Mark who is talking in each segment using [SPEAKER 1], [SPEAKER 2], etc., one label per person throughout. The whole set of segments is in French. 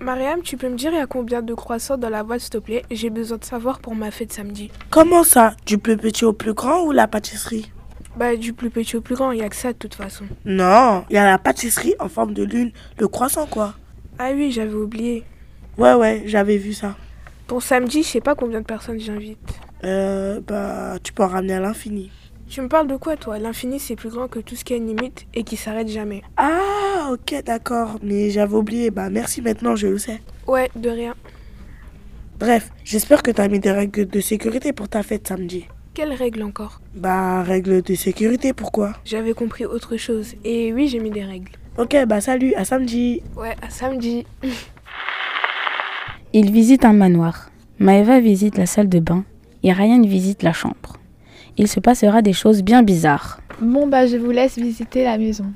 [SPEAKER 1] Mariam, tu peux me dire il y a combien de croissants dans la boîte, s'il te plaît J'ai besoin de savoir pour ma fête samedi.
[SPEAKER 2] Comment ça Du plus petit au plus grand ou la pâtisserie
[SPEAKER 1] Bah, du plus petit au plus grand, il n'y a que ça de toute façon.
[SPEAKER 2] Non, il y a la pâtisserie en forme de lune, le croissant quoi.
[SPEAKER 1] Ah oui, j'avais oublié.
[SPEAKER 2] Ouais, ouais, j'avais vu ça.
[SPEAKER 1] Pour samedi, je sais pas combien de personnes j'invite.
[SPEAKER 2] Euh, bah, tu peux en ramener à l'infini.
[SPEAKER 1] Tu me parles de quoi, toi L'infini, c'est plus grand que tout ce qui a une limite et qui s'arrête jamais.
[SPEAKER 2] Ah, ok, d'accord, mais j'avais oublié. Bah, merci maintenant, je le sais.
[SPEAKER 1] Ouais, de rien.
[SPEAKER 2] Bref, j'espère que t'as mis des règles de sécurité pour ta fête samedi.
[SPEAKER 1] Quelle règle encore
[SPEAKER 2] Bah, règles de sécurité, pourquoi
[SPEAKER 1] J'avais compris autre chose. Et oui, j'ai mis des règles.
[SPEAKER 2] Ok, bah, salut, à samedi.
[SPEAKER 1] Ouais, à samedi.
[SPEAKER 3] Ils visitent un manoir. Maeva visite la salle de bain et Ryan visite la chambre. Il se passera des choses bien bizarres.
[SPEAKER 4] Bon bah je vous laisse visiter la maison.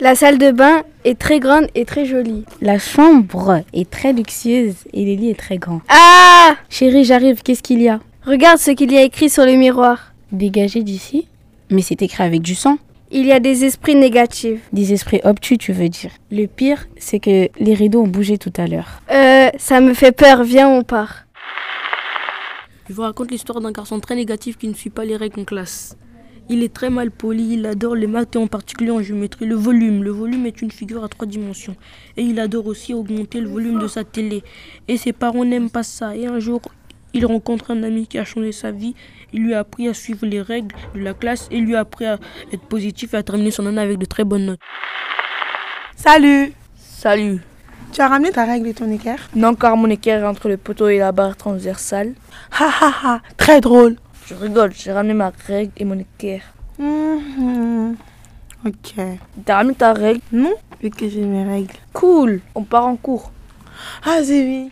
[SPEAKER 5] La salle de bain est très grande et très jolie.
[SPEAKER 3] La chambre est très luxueuse et le lit est très grand.
[SPEAKER 5] Ah
[SPEAKER 3] Chérie, j'arrive, qu'est-ce qu'il y a
[SPEAKER 5] Regarde ce qu'il y a écrit sur le miroir.
[SPEAKER 3] Dégagez d'ici Mais c'est écrit avec du sang.
[SPEAKER 5] Il y a des esprits négatifs.
[SPEAKER 3] Des esprits obtus, tu veux dire. Le pire, c'est que les rideaux ont bougé tout à l'heure.
[SPEAKER 5] Euh, ça me fait peur, viens on part.
[SPEAKER 6] Je vous raconte l'histoire d'un garçon très négatif qui ne suit pas les règles en classe. Il est très mal poli, il adore les maths et en particulier en géométrie le volume. Le volume est une figure à trois dimensions. Et il adore aussi augmenter le volume de sa télé. Et ses parents n'aiment pas ça. Et un jour, il rencontre un ami qui a changé sa vie. Il lui a appris à suivre les règles de la classe et lui a appris à être positif et à terminer son année avec de très bonnes notes.
[SPEAKER 2] Salut
[SPEAKER 7] Salut
[SPEAKER 2] Tu as ramené ta règle et ton équerre
[SPEAKER 7] Non, car mon équerre est entre le poteau et la barre transversale.
[SPEAKER 2] Ha ha ha, très drôle.
[SPEAKER 7] Je rigole, j'ai ramené ma règle et mon équerre.
[SPEAKER 2] Mhm. Ok.
[SPEAKER 7] T'as ramené ta règle
[SPEAKER 2] Non, vu que j'ai mes règles.
[SPEAKER 7] Cool On part en cours.
[SPEAKER 2] Ah, Zévi,